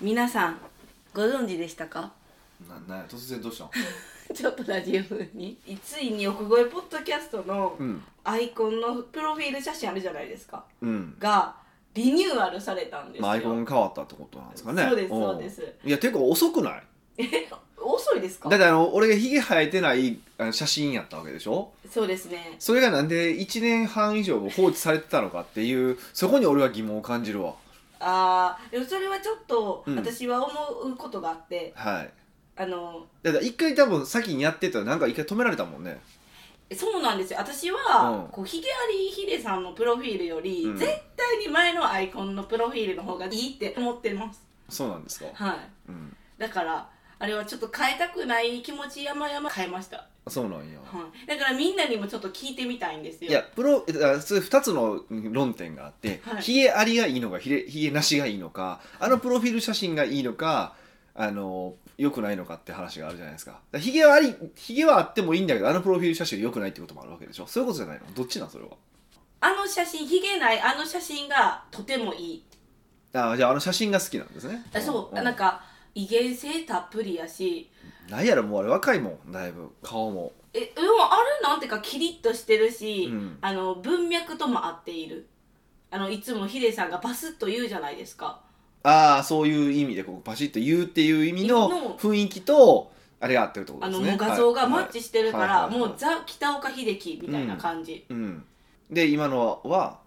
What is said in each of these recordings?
皆さんご存知でしたかななんや突然どうしたのちょっとラジオ風についに奥越えポッドキャストのうんアイコンのプロフィール写真あるじゃないですかうんがリニューアルされたんですよ、まあアイコン変わったってことなんですかねそうですんそうですいや結構遅くない遅いですかだってあの俺がヒゲ生えてないあの写真やったわけでしょそうですねそれがなんで1年半以上も放置されてたのかっていうそこに俺は疑問を感じるわああでもそれはちょっとうん私は思うことがあって、はいあのだから一回多分先にやってたらなんか一回止められたもんねそうなんですよ私は、うんこうヒゲアリヒデさんのプロフィールより、うん絶対に前のアイコンのプロフィールの方がいいって思ってますそうなんですかはいうんだからあれはちょっと変えたくない気持ち山々変えました、そうなんやはい、だからみんなにもちょっと聞いてみたいんですよいやプロだからそれ2つの論点があって、はいヒゲありがいいのかヒレヒゲなしがいいのかあのプロフィール写真がいいのかあの良くないのかって話があるじゃないですかだからヒゲはありヒゲはあってもいいんだけどあのプロフィール写真が良くないってこともあるわけでしょそういうことじゃないのどっちなんそれはあの写真ヒゲないあの写真がとてもいいあーじゃああの写真が好きなんですねあそう、んなんか威厳性たっぷりやしなんやろもうあれ若いもんだいぶ顔もえでもあれなんていうかキリッとしてるし、うんあの文脈とも合っているあのいつもヒデさんがバスッと言うじゃないですかああそういう意味でこうパシッと言うっていう意味のの雰囲気とあれが合ってるってことあですのねもう画像がマッチしてるかはいらはいはいもうザ・北岡秀樹みたいな感じ、うん、で今のは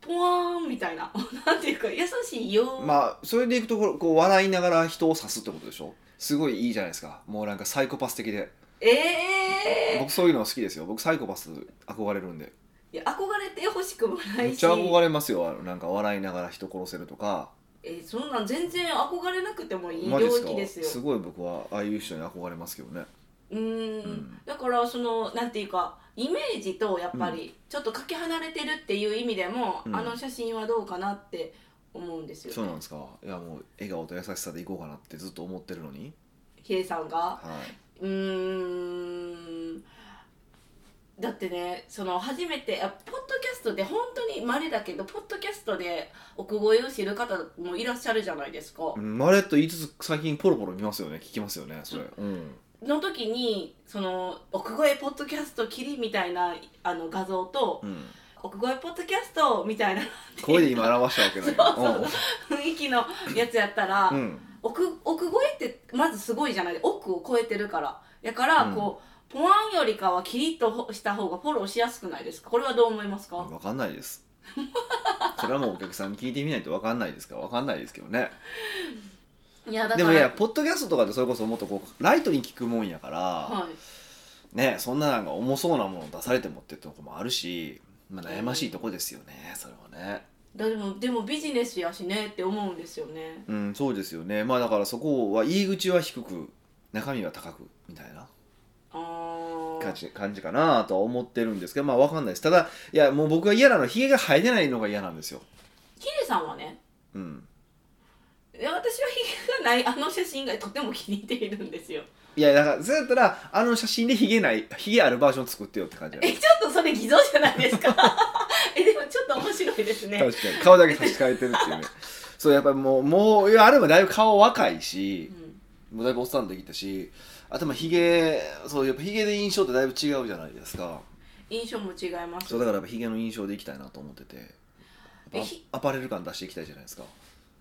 ポワーンみたいな なんていうか優しいよ、まあそれでいくところこう笑いながら人を刺すってことでしょすごいいいじゃないですかもうなんかサイコパス的でええ僕そういうの好きですよ僕サイコパス憧れるんでいや憧れてほしくもなめっいしちゃ憧れますよあのなんか笑いながら人殺せるとかえそんなん全然憧れなくてもいいマジ領っ域ですかよすごい僕はああいう人に憧れますけどねうーんうんだからそのなんていうかイメージとやっぱりちょっとかけ離れてるっていう意味でも、うんあの写真はどうかなって思うんですそよ、うねなんですかいやもう笑顔と優しさでいこうかなってずっと思ってるのにヒデさんがはうーんだってねその初めてあポッドキャストで本当に稀だけどポッドキャストで奥越えを知る方もいらっしゃるじゃないですかい、まれっと言いつつ最近ポロポロ見ますよね聞きますよねそれうんの時にその奥越えポッドキャスト切りみたいなあの画像と うん奥越えポッドキャストみたいな声で今表したわけだけ どそう雰囲気のやつやったら、うんうん奥奥越えってまずすごいじゃない奥を越えてるからやからうんこう、ポワンよりかはキリッとした方がフォローしやすくないですかこれはどう思いますかわかんないですそれはもうお客さんに聞いてみないとわかんないですからわかんないですけどねいやだでかもらいやポッドキャストとかでそれこそもっとこうライトに聞くもんやから、はいねそんななんか重そうなもの出されてもってとこもあるし、まあ、悩ましいとこですよねそれはねだでもでもビジネスやしねって思うんですよねうんそうですよねまあだからそこは入り口は低く中身は高くみたいなあー感じ感じかなとは思ってるんですけどまあわかんないですただいやもう僕が嫌なのはヒゲが生えてないのが嫌なんですよヒデさんはねうんいや私はヒゲがないあの写真がとても気に入っているんですよいやだからそうやったらあの写真でヒゲないヒゲあるバージョン作ってよって感じだえちよょっとそれ偽造じゃないです かえでもちょっと面白いですね確かに顔だけ差し替えて るっていうねそうやっぱりもうもういやあれもだいぶ顔若いしうんもうだいぶおっさんできたしあとまあヒゲそうやっぱヒゲで印象ってだいぶ違うじゃないですか印象も違いますそうだからやっぱヒゲの印象でいきたいなと思っててえひアパレル感出していきたいじゃないですか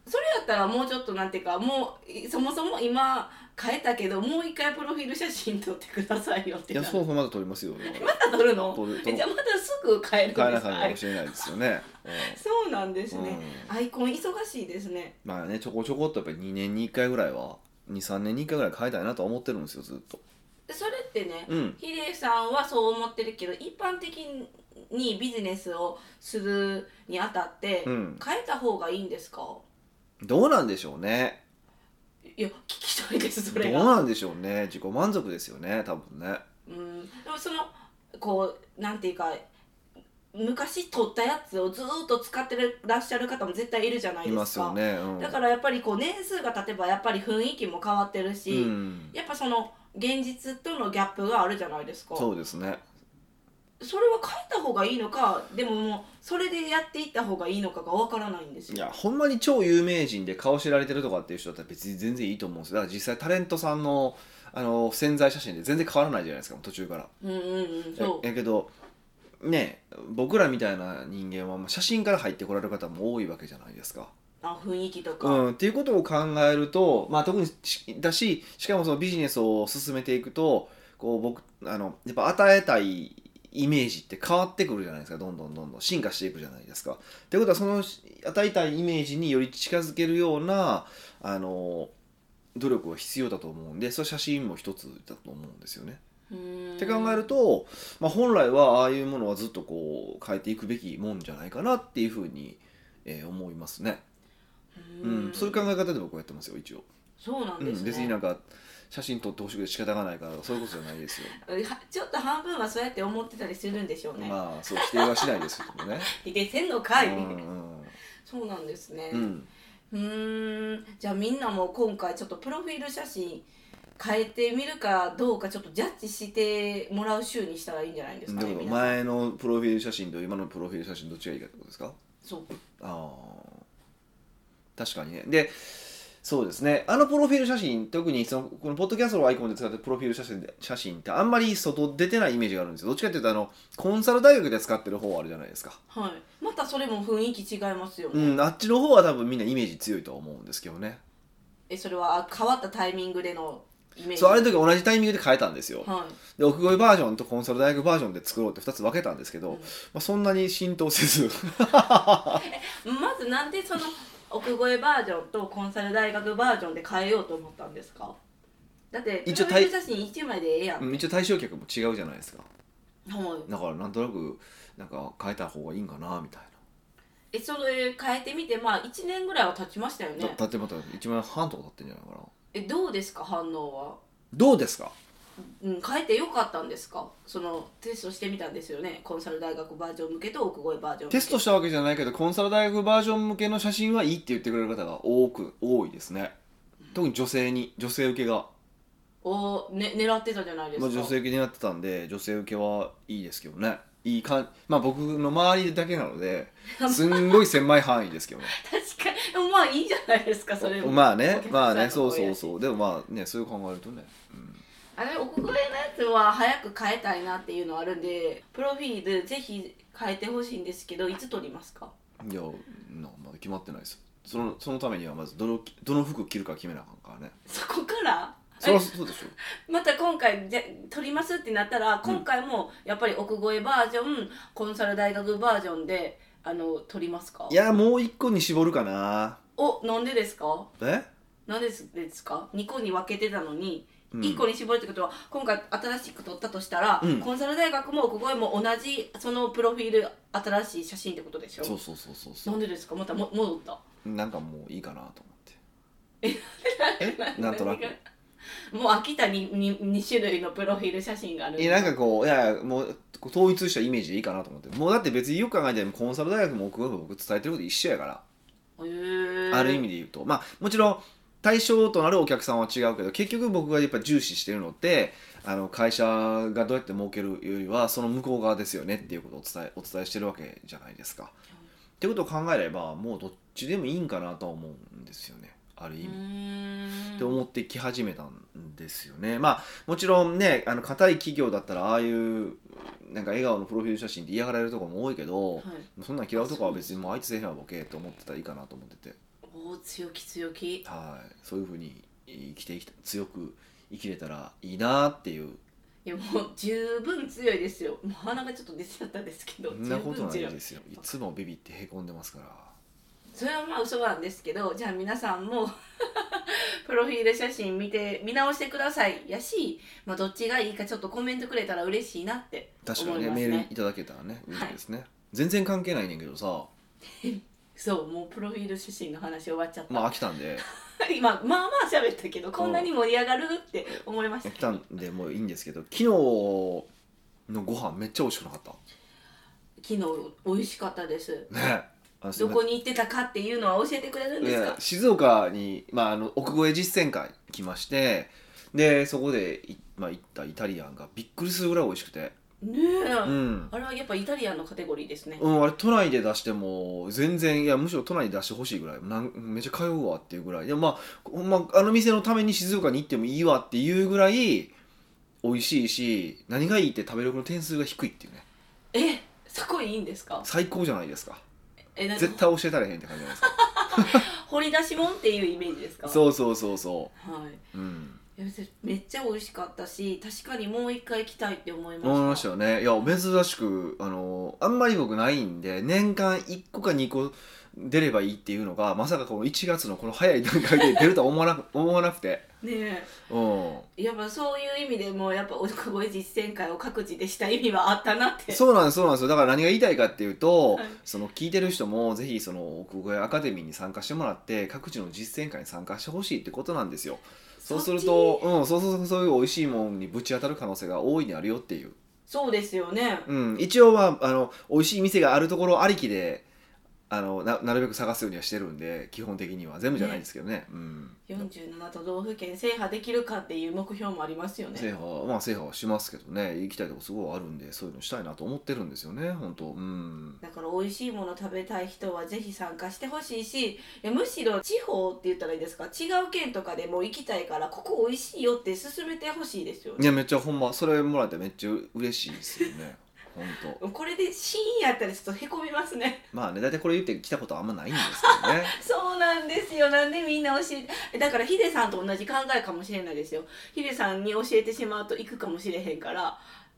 それやったらもうちょっとなんていうかもういそもそも今変えたけどもう一回プロフィール写真撮ってくださいよっていやなそうそうまだ撮りますよだからまた撮るの撮る撮えるじゃあまたすぐ変えるんです変かえなかったかもしれないですよね、うんそうなんですね、うアイコン忙しいですねまあねちょこちょこっとやっぱり2年に1回ぐらいは23年に1回ぐらい変えたいなとは思ってるんですよずっとそれってね、うんヒデさんはそう思ってるけど一般的にビジネスをするにあたって、うん変えた方がいいんですかどうなんでしょうねいや聞きたいですそどうれがなんでしょうね自己満足ですよね多分ねうん、でもそのこうなんていうか昔取ったやつをずーっと使ってらっしゃる方も絶対いるじゃないですいかますよね、うん、だからやっぱりこう年数が経てばやっぱり雰囲気も変わってるし、うん、やっぱその現実とのギャップがあるじゃないですかそうですねそれは変えた方がいいのかでももうそれでやっていった方がいいのかがわからないんですいよやほんまに超有名人で顔知られてるとかっていう人だったら別に全然いいと思うんですよだから実際タレントさんのあの潜在写真で全然変わらないじゃないですか途中からうんうんうんそうややけどね僕らみたいな人間はまあ写真から入ってこられる方も多いわけじゃないですか。あ雰囲気とうか、ん、っていうことを考えると、まあ、特にしだししかもそのビジネスを進めていくとこう僕あのやっぱ与えたいイメージって変わってくるじゃないですかどんどんどんどん進化していくじゃないですか。ってことはその与えたいイメージにより近づけるようなあの努力は必要だと思うんでそれ写真も一つだと思うんですよね。うーんって考えると、まあ、本来はああいうものはずっとこう変えていくべきもんじゃないかなっていうふうに、えー思いますね、ううんん、そういう考え方で僕はやってますよ一応、そうなんうですね、ん、別になんか写真撮ってほしくて仕方がないからそういうことじゃないですよはちょっと半分はそうやって思ってたりするんでし ょうね、まあそう否定はしないですけどね否定せんのかい、うんそうなんですねうんううんーんじゃあみんなも今回ちょっとプロフィール写真変えてみるかどうかちょっとジャッジしてもらう週にしたらいいんじゃないですかだねけど皆さん前のプロフィール写真と今のプロフィール写真どっちがいいかってことですかそうあー確かにねでそうですねあのプロフィール写真特にそのこのポッドキャストをアイコンで使ってるプロフィール写真で写真ってあんまり外出てないイメージがあるんですよどっちかっていうとあのコンサル大学で使ってる方あるじゃないですかはいまたそれも雰囲気違いますよね、うんあっちの方は多分みんなイメージ強いとは思うんですけどねえそれは変わったタイミングでのイメージそうあれの時同じタイミングで変えたんですよはいで奥越えバージョンとコンサル大学バージョンで作ろうって2つ分けたんですけど、うんまあ、そんなに浸透せず まずなんでその奥越えバージョンとコンサル大学バージョンで変えようと思ったんですかだってプ一ロ応フィタイール写真1枚でええやん、うん一応対象客も違うじゃないですかはいだからなんとなくなんか変えた方がいいんかなみたいなえそれ変えてみてまあ1年ぐらいは経ちましたよだねだってまた1万半とか経ってんじゃないかなえどうですか反応は、どうですかうん、変えてよかったんですかそのテストしてみたんですよねコンサル大学バージョン向けと奥越えバージョン向けテストしたわけじゃないけどコンサル大学バージョン向けの写真はいいって言ってくれる方が多く多いですね特に女性に女性受けが、を、ね、狙ってたじゃないですまか、あ、女性受けになってたんで女性受けはいいですけどねいいかんまあ僕の周りだけな のですんごい狭い範囲ですけどね確かにでもまあいいじゃない ですかそれも まあねお客さんのまあねそう声そやうしそうでもまあねそういう考えるとね、あれ奥越えのやつは早く変えたいなっていうのはあるんでプロフィールぜひ変えてほしいんですけどいつ撮りますかうん、いやなまだ決まってないですよそのそのためにはまずどのどの服着るか決めなあかんからねそこからそりゃそうでしょまた今回じゃ撮りますってなったら今回もやっぱり奥越えバージョン、コンサル大学バージョンであの撮りますかいやもう一個に絞るかなおなんでですかえなんでですか2個に分けてたのに、うん1個に絞るってことは今回新しく撮ったとしたら、うんコンサル大学も奥越えも同じそのプロフィール新しい写真ってことでしょそうそうそうそうそなんでですかまたも戻ったうなんかもういいかなと思 ってえなんとなく何がもう秋田に 2, 2種類のプロフィール写真があるいやなんかこういやいやもう統一したイメージでいいかなと思ってもうだって別によく考えてもコンサル大学も奥越えも僕伝えてること一緒やから、へーある意味で言うとまあもちろん対象となるお客さんは違うけど結局僕がやっぱ重視してるのってあの会社がどうやって儲けるよりはその向こう側ですよねっていうことをお伝えお伝えしてるわけじゃないですか。ってことを考えればもうどっちでもいいんかなとは思うんですよねある意う味。ーんって思ってき始めたんですよね。まあもちろんねあの硬い企業だったらああいうなんか笑顔のプロフィール写真って嫌がられるとこも多いけど、はいそんなん嫌うとこは別にもうあいつせえへんわボケと思ってたらいいかなと思ってて、おー強気強気はい、そういうふうに生きていきた強く生きれたらいいなっていういやもう十分強いですよもう鼻がちょっと出ちゃったんですけどそんなことない十分強ですよいつもビビってへこんでますから。それはまあ嘘なんですけどじゃあ皆さんも プロフィール写真見て見直してくださいやし、まあ、どっちがいいかちょっとコメントくれたら嬉しいなって確かに思ねいますねメールいただけたらね嬉しいですね、全然関係ないねんけどさそうもうプロフィール写真の話終わっちゃった、まあ飽きたんで 今まあまあ喋ったけどこんなに盛り上がるって思いました飽きたんでもういいんですけど昨日のご飯めっちゃ美味しくなかっ昨日美味しかったですたねあのすいどまこに行ってたかっていうのは教えてくれるんですいかや静岡に、まあ、あの奥越え実践会来ましてでそこでい、まあ、行ったイタリアンがびっくりするぐらい美味しくてねえ、うん、あれはやっぱイタリアンのカテゴリーですね、うん、あれ都内で出しても全然いやむしろ都内に出してほしいぐらいなんめっちゃ通うわっていうぐらいいや、まあ、ほんまあの店のために静岡に行ってもいいわっていうぐらい美味しいし何がいいって食べログの点数が低いっていうねえすごいいいんですか最高じゃないですかえなんか絶対教えたらへんって感じじゃないです か掘り出しもんっていうイメージですかう、そうそうそうそはい、ううんいやめっちゃ美味しかったし確かにもう一回行きたいって思いました思いましたよねいや珍しくあのあんまり僕ないんで年間1個か2個出ればいいっていうのがまさかこの1月のこの早い段階で出るとは思わな思わなく てねうんえやっぱそういう意味でもやっぱ奥越実践会を各自でした意味はあったなってそうなんですそうなんですよだから何が言いたいかっていうと、はいその聞いてる人もぜひその奥越えアカデミーに参加してもらって各地の実践会に参加してほしいってことなんですよそうするそとっちうんそうそうそうそういう美味しいもんにぶち当たる可能性が大いにあるよっていう、そうですよねうん、一応はあの美味しい店があるところありきであのななるべく探すようにはしてるんで基本的には全部じゃないですけどねうん47都道府県制覇できるかっていう目標もありますよね制覇はまあ制覇はしますけどね行きたいとこすごいあるんでそういうのしたいなと思ってるんですよね本当うんだから美味しいもの食べたい人はぜひ参加してほしいしいやむしろ地方って言ったらいいですか違う県とかでも行きたいからここ美味しいよって勧めてほしいですよいねやめっちゃほんまそれもらえてめっちゃ嬉しいですよね ほんとこれでシーンやったらちょっとへこみますね まあね大体これ言ってきたことはあんまないんですけどねそうなんですよなんでみんな教えだからヒデさんと同じ考えかもしれないですよヒデさんに教えてしまうと行くかもしれへんから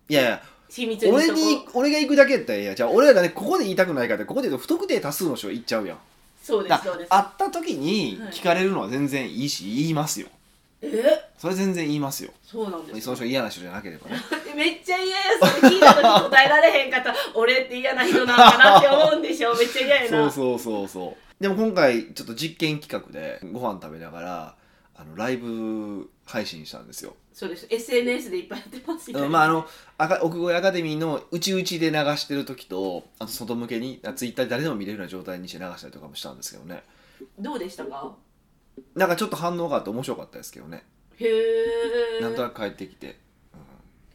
いやいや秘密にし俺とこに俺が行くだけやったらええやんじゃあ俺らがねここで言いたくないからってここで言うと不特定多数の人が言っちゃうやんそうでだすそうです会った時にはい聞かれるのは全然いいし言いますよえそれ全然言いますよそうなんですその人が嫌な人じゃなければ ねめっちゃ嫌やそれ聞いた時答えられへんかった 俺って嫌な人なのかなって思うんでしょめっちゃ嫌やなそうそうそうそうでも今回ちょっと実験企画でご飯食べながらあのライブ配信したんですよそうです SNS でいっぱいやってますみたいな、うんまああのあか奥越えアカデミーの内々で流してる時とあと外向けにツイッターで誰でも見れるような状態にして流したりとかもしたんですけどねどうでしたかなんかちょっと反応があって面白かったですけどねへえなんとなく帰ってきて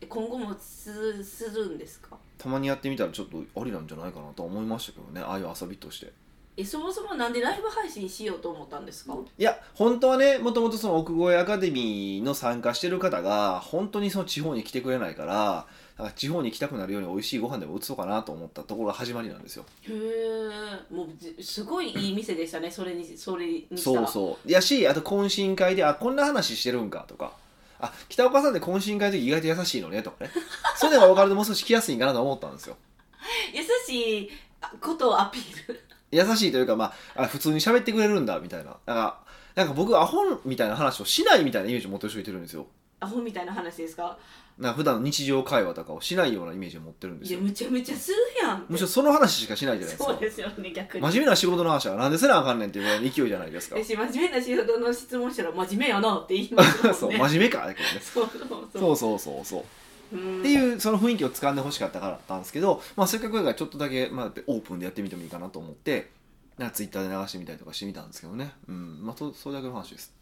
今後もすするんですかたまにやってみたらちょっとありなんじゃないかなとは思いましたけどねああいう遊びとしてえそもそもなんでライブ配信しようと思ったんですか、いや本当はねもともとその奥越えアカデミーの参加してる方が本当にその地方に来てくれないからなんか地方に来たくなるように美味しいご飯でも打つそうかなと思ったところが始まりなんですよへえもうぜすごいいい店でしたねそれにそれにしたそうらそうやしあと懇親会であこんな話してるんかとかあ北岡さんって懇親会の時意外と優しいのねとかね そういうのが分かるともう少し来やすいんかなと思ったんですよ優しいことをアピール 優しいというかまああ普通に喋ってくれるんだみたいななんかなんか僕アホみたいな話をしないみたいなイメージを持ってる人いてるんですよアホみたいな話ですかなんか普段の日常会話とかをしないようなイメージを持ってるんでいすやよむちゃむちゃするやんってむしろその話しかしないじゃないですそうかですよね逆に真面目な仕事の話はなんでせなあかんねんっていうぐらいの勢いじゃないですか私真面目な仕事の質問したら真面目やなって言います もそうんね真面目かだけどねそうそうそうそうそうそうそううんっていうその雰囲気を掴んでほしかったからだったんですけど、まあ、せっかくだからちょっとだけ、まあ、オープンでやってみてもいいかなと思ってなんかツイッターで流してみたりとかしてみたんですけどね、うんまあ、そそれだけの話です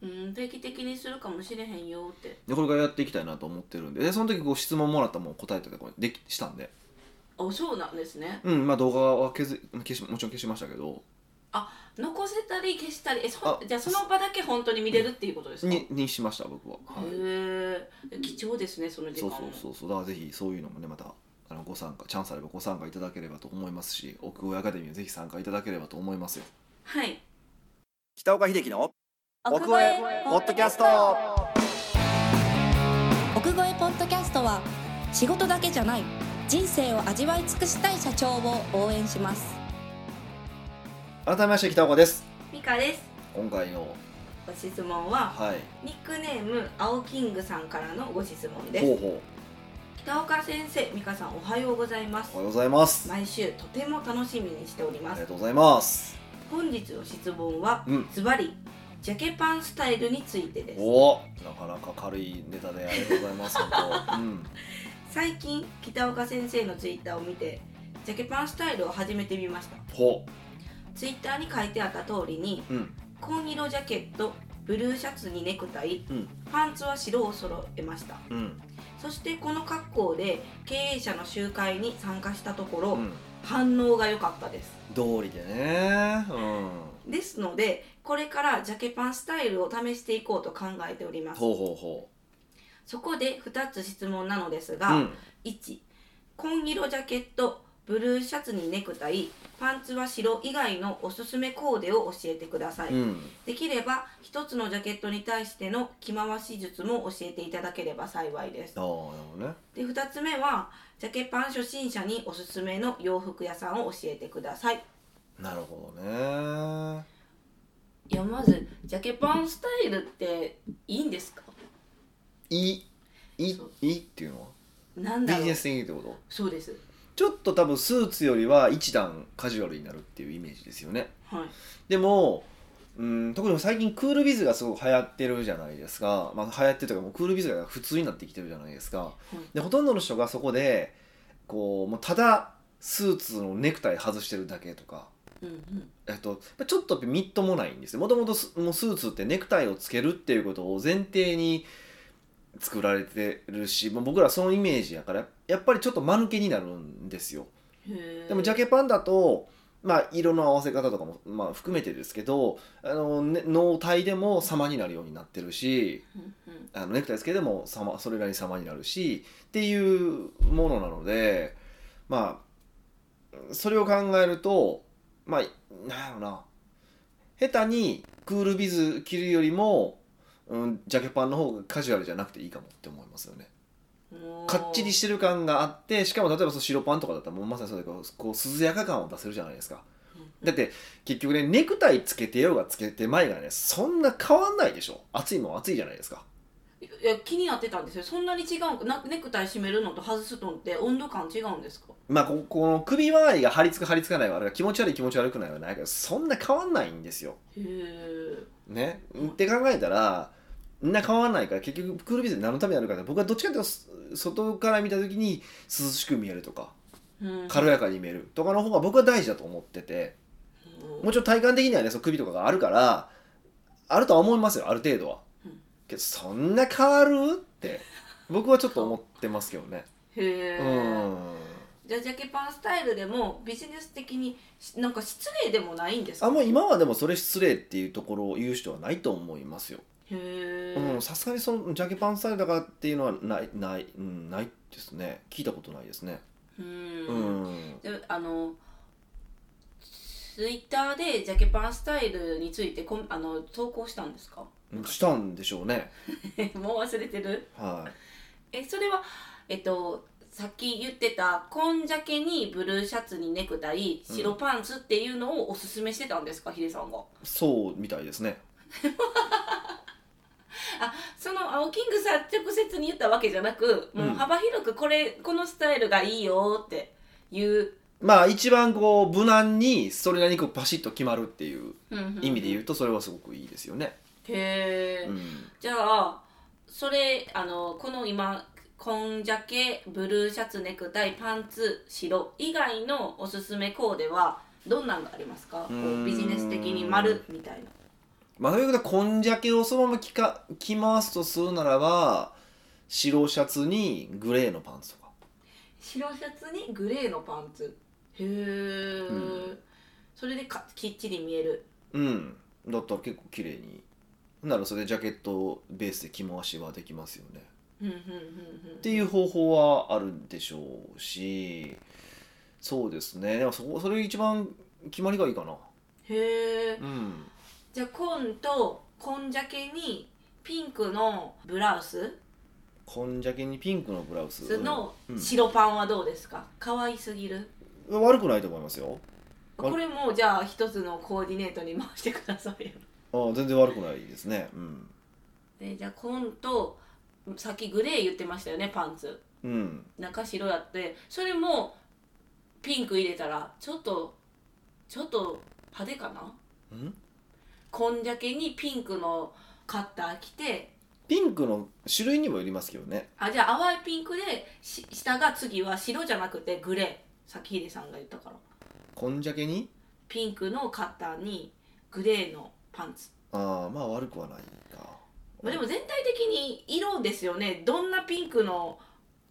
うん定期的にするかもしれへんよってでこれからやっていきたいなと思ってるんででその時こう質問もらったもん答えたりとかできしたんで、あそうなんですねうんまあ、動画は消す消しもちろん消しましたけど残せたり消したりえそあじゃあその場だけ本当に見れるっていうことですか、ににしました僕は、はいへえ貴重ですねその時そ間うもそうそうそうだからぜひそういうのもねまたあのご参加チャンスあればご参加いただければと思いますし奥越アカデミーぜひ参加いただければと思いますよはい北岡秀樹の奥越ポッドキャスト奥越えポッドキャストは仕事だけじゃない人生を味わい尽くしたい社長を応援します改めまして北岡ですミカです今回のご質問ははいニックネーム青キングさんからのご質問ですほうほ北岡先生美香さんおはようございまうすおはようございます毎週とても楽しみにしておりまありすがとうございます本日の質問はうんズバリジャケパンスタイルについてですおおなかなか軽いネタでありがとうございます本 当うん最近北岡先生のツイッターを見てジャケパンスタイルを始めてみましたほツイッターに書いてあった通りにううん紺色ジャケットブルーシャツにネクタイうんパンツは白を揃えましたうんそしてこの格好で経営者の集会に参加したところ、うん反応が良かったです道理でねうんですのでこれからジャケパンスタイルを試していこうと考えておりますほうほうほそこで2つ質問なのですうが、うん1紺色ジャケットブルーシャツにネクタイパンツは白以外のおすすめコーデを教えてください、うんできれば1つのジャケットに対しての着回し術も教えていただければ幸いですああなるほどねで2つ目はジャケパン初心者におすすめの洋服屋さんを教えてくださいなるほどねいやまずジャケパンスタイルっていいんですかいいいそういいっていうのはなんビだろジうネス的にってことそうですちょっと多分スーツよりは一段カジュアルになるっていうイメージですよねはいでもうん特に最近クールビズがすごく流行ってるじゃないですか、まあ、流行ってるというかもうクールビズが普通になってきてるじゃないですかでほとんどの人がそこでこうもうただスーツのネクタイ外してるだけとか、うんうんえっと、ちょっとみっともないんですよもともとスもうスーツってネクタイをつけるっていうことを前提に作られてるしもう僕らそのイメージやからやっぱりちょっと間抜けになるんですよへーでもジャケパンだと、まあ、色の合わせ方とかも、まあ、含めてですけどあの、ね、脳体でも様になるようになってるしうんうんあのネクタイつけても様それなりに様になるしっていうものなのでまあそれを考えるとまあなんやろな下手にクールビズ着るよりも、うん、ジャケパンの方がカジュアルじゃなくていいかもって思いますよね。おーかっちりしてる感があってしかも例えばその白パンとかだったらもうまさにそうだけどこう涼やか感を出せるじゃないですかだって結局ねネクタイつけてようがつけてまいがねそんな変わんないでしょ暑いもん暑いじゃないですかいや気になってたんですよそんなに違うなネクタイ締めるのと外すのって温度感違うんですかまあここの首周りが張り付く張り付かないはあれが気持ち悪い気持ち悪くないはないけどそんな変わんないんですよへえねって考えたらみんな変わんないから結局クールビズで何のためにやるかって僕はどっちかというと外から見た時に涼しく見えるとか軽やかに見えるとかの方が僕は大事だと思っててもちろん体感的にはねその首とかがあるからあるとは思いますよある程度は、うんけどそんな変わるって僕はちょっと思ってますけどね、へえ、うんじゃあジャケパンスタイルでもビジネス的にしなんか失礼でもないんですかあもう今はでもそれ失礼っていうところを言う人はないと思いますよへえ、うんさすがにそのジャケパンスタイルだからっていうのはないない、うん、ないですね聞いたことないですねうんうん、であのツイッターでジャケパンスタイルについてこんあの投稿したんですかしたんでしょうねもう忘れてるはいえそれはえっとさっき言ってた紺ジャケにブルーシャツにネクタイ白パンツっていうのをおすすめしてたんですか、ヒデさんがそうみたいですねその青キングさん直接に言ったわけじゃなくもううん幅広くこれこのスタイルがいいよっていうまあ一番こう無難にそれなりにこうパシッと決まるっていう意味で言ううとそれはすごくいいですよね。んへえ、うんじゃあそれあのこの今紺ジャケブルーシャツネクタイパンツ白以外のおすすめコーデはどんなんがありますかこうーうんビジネス的に丸みたいなまあ、ということはこんじゃけをそのまま着か着回すとするならば白シャツにグレーのパンツとか白シャツにグレーのパンツへえ、んそれでかきっちり見えるうんだったら結構綺麗にほんならそれでジャケットベースで着回しはできますよねうんうんうんうんっていう方法はあるんでしょうしそうですねでもそこそれ一番決まりがいいかなへえうんじゃあ紺と紺ジャケにピンクのブラウスこんじゃけにピンクのブラウスのうん白パンはどうですか可愛すぎるうん悪くないと思いますよあこれもじゃあ一つのコーディネートに回してくださいよ、ああ全然悪くないですねうんね、じゃあ紺とさっきグレー言ってましたよねパンツうん中白やってそれもピンク入れたらちょっとちょっと派手かなうんこんじゃけにピンクのカッター着てピンクの種類にもよりますけどねあじゃあ淡いピンクでし下が次は白じゃなくてグレーさっきヒデさんが言ったからこんじゃけにピンクのカッターにグレーのパンツあああまあ悪くはないかまあ、でも全体的に色ですよねどんなピンクの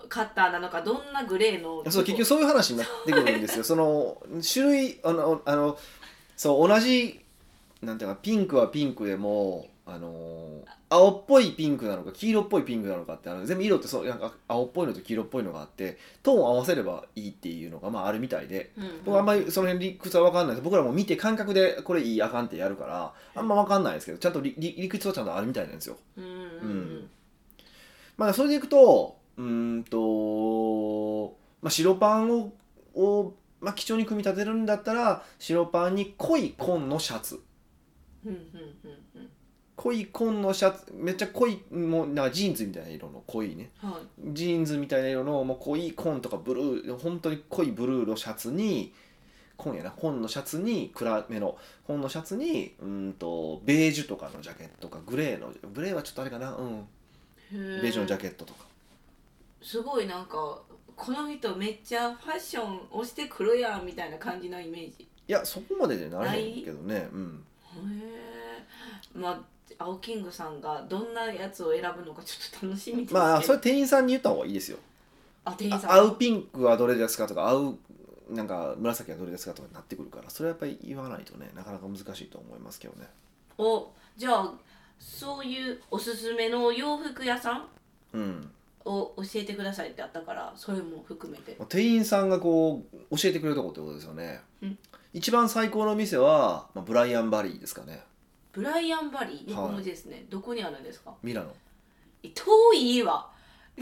カッターなのかどんなグレーのそう結局そういう話になってくるんですよ その種類あのあのそう同じなんていうかピンクはピンクでもあの青っぽいピンクなのか黄色っぽいピンクなのかってあの全部色ってそうなんか青っぽいのと黄色っぽいのがあってトーンを合わせればいいっていうのが、まあ、あるみたいでうんうん僕あんまりその辺理屈は分かんないです僕らも見て感覚でこれいいあかんってやるからあんま分かんないですけどちゃんと理理理屈はちゃんとあるみたいなんですようんうんうんうんまあ、それでいくとうーんと、まあ、白パンをを、まあ、基調に組み立てるんだったら白パンに濃い紺のシャツうんうんうんうん濃い紺のシャツめっちゃ濃いもうなんかジーンズみたいな色の濃いねはいジーンズみたいな色のもう濃い紺とかブルー本当に濃いブルーのシャツに紺やな紺のシャツに暗めの紺のシャツにうーんとベージュとかのジャケットとかグレーのグレーはちょっとあれかなうんベベージュのジャケケットとかすごいなんかこの人めっちゃファッションをしてくるやんみたいな感じのイメージいやそこまででならへんけどねうんへえまあ青キングさんがどんなやつを選ぶのかちょっと楽しみですけど、まあそれ店員さんに言った方がいいですよあ店員あさん合うピンクはどれですかとか合うなんか紫はどれですかとかになってくるからそれはやっぱり言わないとねなかなか難しいと思いますけどねおじゃあそういうおすすめの洋服屋さんうんを教えてくださいってあったからそれも含めて店員さんがこう教えてくれるとこってことですよね、うん一番最高の店は、まあ、ブライアン・バリーですかねブライアン・バリー日はい本文字ですね、どこにあるんですかミラノえ遠いわ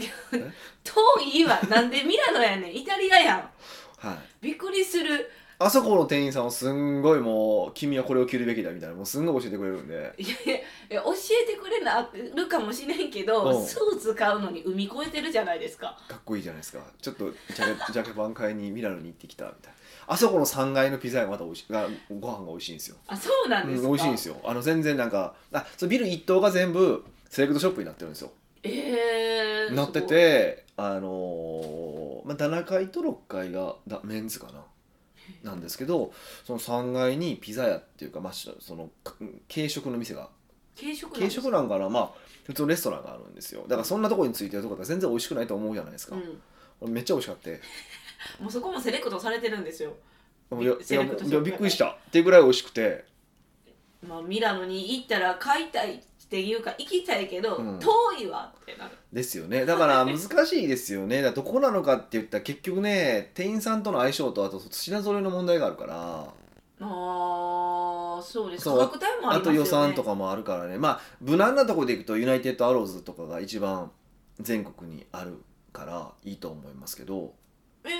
遠いわなんでミラノやねんイタリアやんはいびっくりするあそこの店員さんはすんごいもう君はこれを着るべきだみたいなもうすんごい教えてくれるんでいやいや教えてくれなるかもしれんけうどんスーツ買うのに海越えてるじゃないですかかっこいいじゃないですかちょっとジャケジャケ挽回にミラノに行ってきたみたいなあそこの3階のピザ屋また美味しいがご飯が美味しいんですよあそうなんうですん、か、美味しいんですよあの全然なんかあそうビル一棟が全部セレクトショップになってるんですよえー、なっててあのーまあ、7階と6階がだメンズかななんですけどその3階にピザ屋っていうか、まあ、しそのか軽食の店がすごい軽食なん軽です食なんかなまあ普通のレストランがあるんですよだからそんなところについてるところが全然美味しくないと思うじゃないですかう、ん俺めっちゃ美味しかった もうそこもセレクトされてるんですよいやいやセレクトショップいやびっくりしたっていうぐらい美味しくてまあ、ミラノに行ったら買いたいっていうか行きたいけど、うん遠いわってなるですよねだから難しいで すよねだからどこなのかって言ったら結局ね店員さんとの相性とあと品揃えの問題があるからああそうですそう価格帯もあありますよねと予算とかもあるからねまあ無難なところでいくとユナイテッドアローズとかが一番全国にあるからいいと思いますけどえー、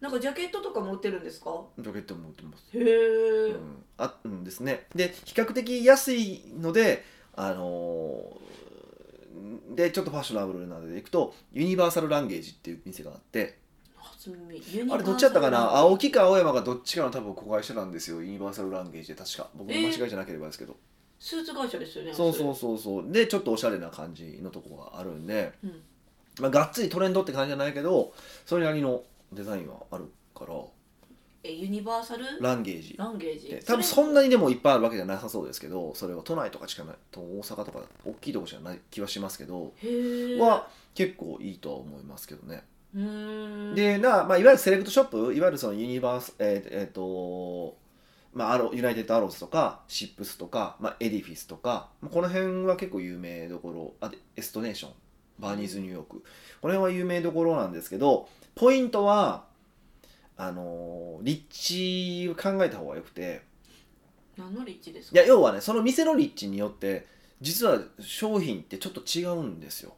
なんかジャケットとかも売ってるんですかジャケットも売ってます、へえ、う、うんあうんですねで比較的安いのであのーでちょっとファッショナブルなのでいくとユニバーサルランゲージっていう店があってあれどっちだったかな青木か青山かどっちかの多分子会社なんですよユニバーサルランゲージで確か僕の間違いじゃなければですけど、スーツ会社ですよねそうそううそうそうでちょっとおしゃれな感じのとこがあるんで、うんまあ、がっつりトレンドって感じじゃないけどそれなりのデザインはあるからえユニバーサルランゲージランゲーでジ多分そんなにでもいっぱいあるわけじゃなさそうですけどそれは都内とかしかないと大阪とか大きいとこじゃない気はしますけど、へーは結構いいとは思いますけどねうーんでな、まあ、いわゆるセレクトショップいわゆるそのユニバースえっ、えーとまあ、アロユナイテッドアローズとかシップスとか、まあ、エディフィスとかまあこの辺は結構有名どころあとエストネーションバーニーズニューヨークこの辺は有名どころなんですけどポイントはあのー立地を考えた方がよくて何の立地ですいかや要はねその店の立地によって実は商品ってちょっと違うんですよ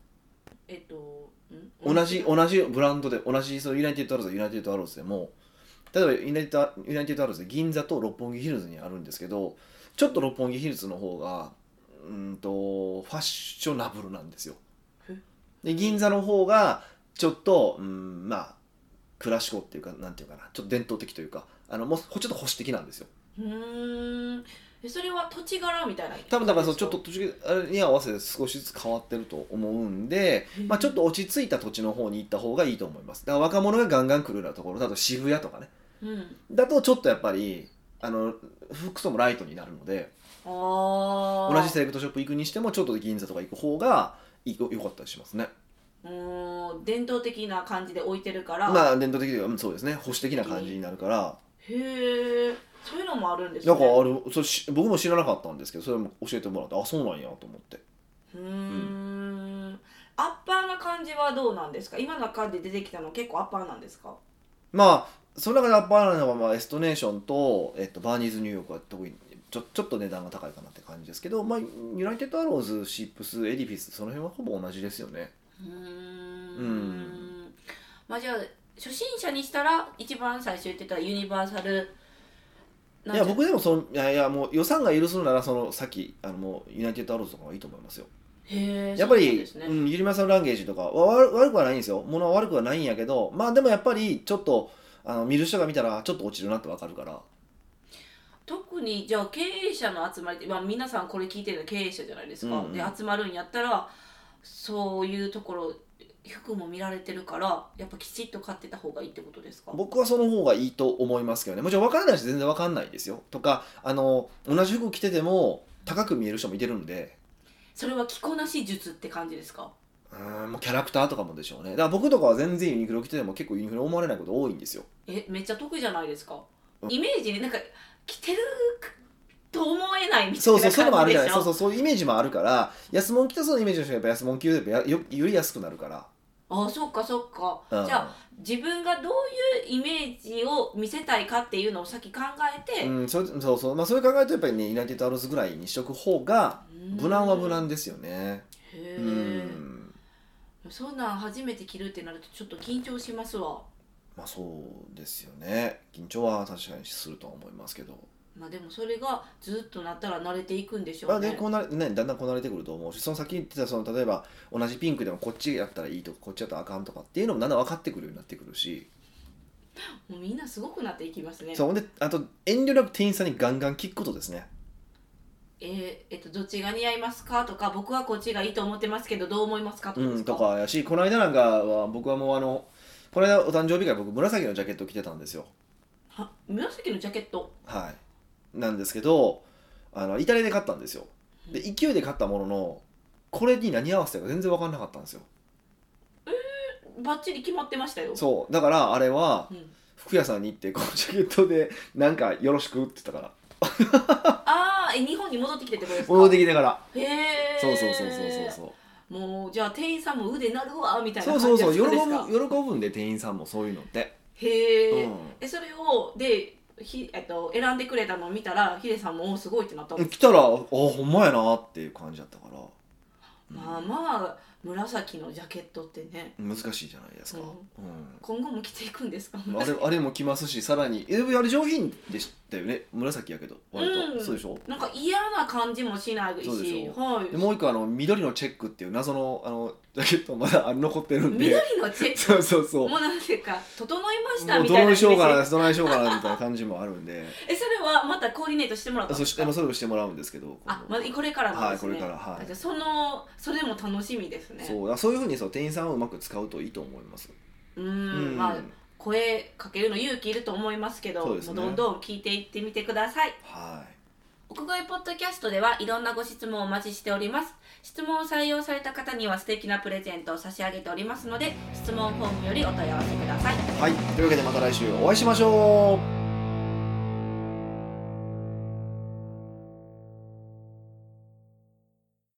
えっとん同じ同じブランドで同じそのユナイテッドアローズはユナイテッドアローズでも例えばユナイテッドユナイテッドアローズで銀座と六本木ヒルズにあるんですけどちょっと六本木ヒルズの方がうーんとファッショナブルなんですよえで銀座の方がちょっとうーんまあクラシコっていうかなんていうかなちょっと伝統的というかあのもうちょっと保守的なんですようーんえそれは土地柄みたいな多分だからそうちょっと土地あれに合わせて少しずつ変わってると思うんで、まあ、ちょっと落ち着いた土地の方に行った方がいいと思いますだから若者がガンガン来るようなところだと渋谷とかねうんだとちょっとやっぱりあの服装もライトになるのであ同同じセレクトショップ行くにしてもちょっと銀座とか行く方がいい良かったりしますねうん伝統的な感じで置いてるから、まあ伝統的にはうんそうですね保守的な感じになるからへえそういうのもあるんですなねんかあれそれし僕も知らなかったんですけどそれも教えてもらってあそうなんやと思ってうーんアッパーな感じはどうなんですか今の中で出てきたの結構アッパーなんですかまあその中でアッパーナのはまあエストネーションと、えっと、バーニーズニューヨークは特にちょちょっと値段が高いかなって感じですけど、まあ、ユナイテッドアローズシップスエディフィスその辺はほぼ同じですよねうーんうんまあじゃあ初心者にしたら一番最初言ってたユニバーサルいや僕でもそのいやいやもう予算が許すならそのさっきあのもうユナイテッドアローズとかがいいと思いますよへえやっぱそうなんりですね、うん、ユリマさんのランゲージとかは悪悪くはないんですよ物は悪くはないんやけどまあでもやっぱりちょっとあの見る人が見たらちょっと落ちるなってわかるから特にじゃあ経営者の集まりって、まあ、皆さんこれ聞いてるの経営者じゃないですか、うんうんで集まるんやったらそういうところ服も見られてるからやっぱきちっと買ってた方がいいってことですか僕はその方がいいと思いますけどねもちろん分からないし全然分かんないですよとかあの同じ服着てても高く見える人もいてるんでそれは着こなし術って感じですかうーんもうキャラクターとかもでしょうねだから僕とかは全然ユニクロ着てても結構ユニクロ思われないこと多いんですよえめっちゃ得じゃないですかうんイメージになんか着てると思えないみたいそうなそうそういうのも感あるじじゃでなしいそうょそうそういうイメージもあるから安物着たそうなイメージの人はやっぱ安物着るとやっぱよより安くなるから、ああそっかそっか、うんじゃあ自分がどういうイメージを見せたいかっていうのを先考えて、うん、それそうそう、まあ、それ考えるとやっぱりねユナイテッドアローズぐらいにしとく方が無難は無難ですよねへうえ、んそんなん初めて着るってなるとちょっと緊張しますわまあそうですよね緊張は確かにするとは思いますけど、まあでもそれがずっとなったら慣れていくんでしょまうあねねこうなね、だんだんこなれてくると思うしその先言ってたその例えば同じピンクでもこっちやったらいいとかこっちやったらあかんとかっていうのもだんだん分かってくるようになってくるし、もうみんなすごくなっていきますねそうほんであと遠慮なく店員さんにガンガン聞くことですねえーえっとどっちが似合いますかとか僕はこっちがいいと思ってますけどどう思いますかとかでうすん、とかやしこの間なんかは僕はもうあのこの間お誕生日会僕紫のジャケット着てたんですよは紫のジャケットはい、なんですけどあのイタリアで買ったんですよで勢いで買ったもののこれに何合わせたか全然分かんなかったんですよバッチリ決まってましたよそうだからあれはうん服屋さんに行ってこのジャケットでなんかよろしくって言っ たからああ日本に戻ってきてってことですか戻ってきてからへえそうそうそうそうそうそううもうじゃあ店員さんも腕なるわみたいなそう感じそうそう喜やったんですかぶ喜ぶんで店員さんもそういうのって、へえ、うんえそれをでひ、えっと、選んでくれたのを見たらヒデさんもおーすごいってなったんです、来たらあほんまやなっていう感じだったから、まあまあ紫のジャケットってね難しいじゃないですか、うん今後も着ていくんですかあれあれも着ますしさらにえでもあれ上品でしたよね紫やけど割と、うんそうでしょなんか嫌な感じもしないしそうでしょはいでもう一個あの緑のチェックっていう謎のあのジャケットまだあの残ってるん緑でのチェッ そうそうそクうももううなんていうか整いましたどみたいなないイメーしようかジなどないしようかなみたいな感じもあるんでえそれはまたコーディネートしてもらったんそでしすてかまあそれをしてもらうんですけどあ今度まあこれからなんですねはいこれからはいあじゃあそのそれも楽しみですねそうだからそういうふうにそう店員さんをうまく使うといいと思いますうーんまあ声かけるの勇気いると思いますけどそうですねもうどんどん聞いていってみてくださいは屋外ポッドキャストではいろんなご質問をお待ちしております質問を採用された方には素敵なプレゼントを差し上げておりますので質問フォームよりお問い合わせくださいい、はい、というわけでまた来週お会いしましょう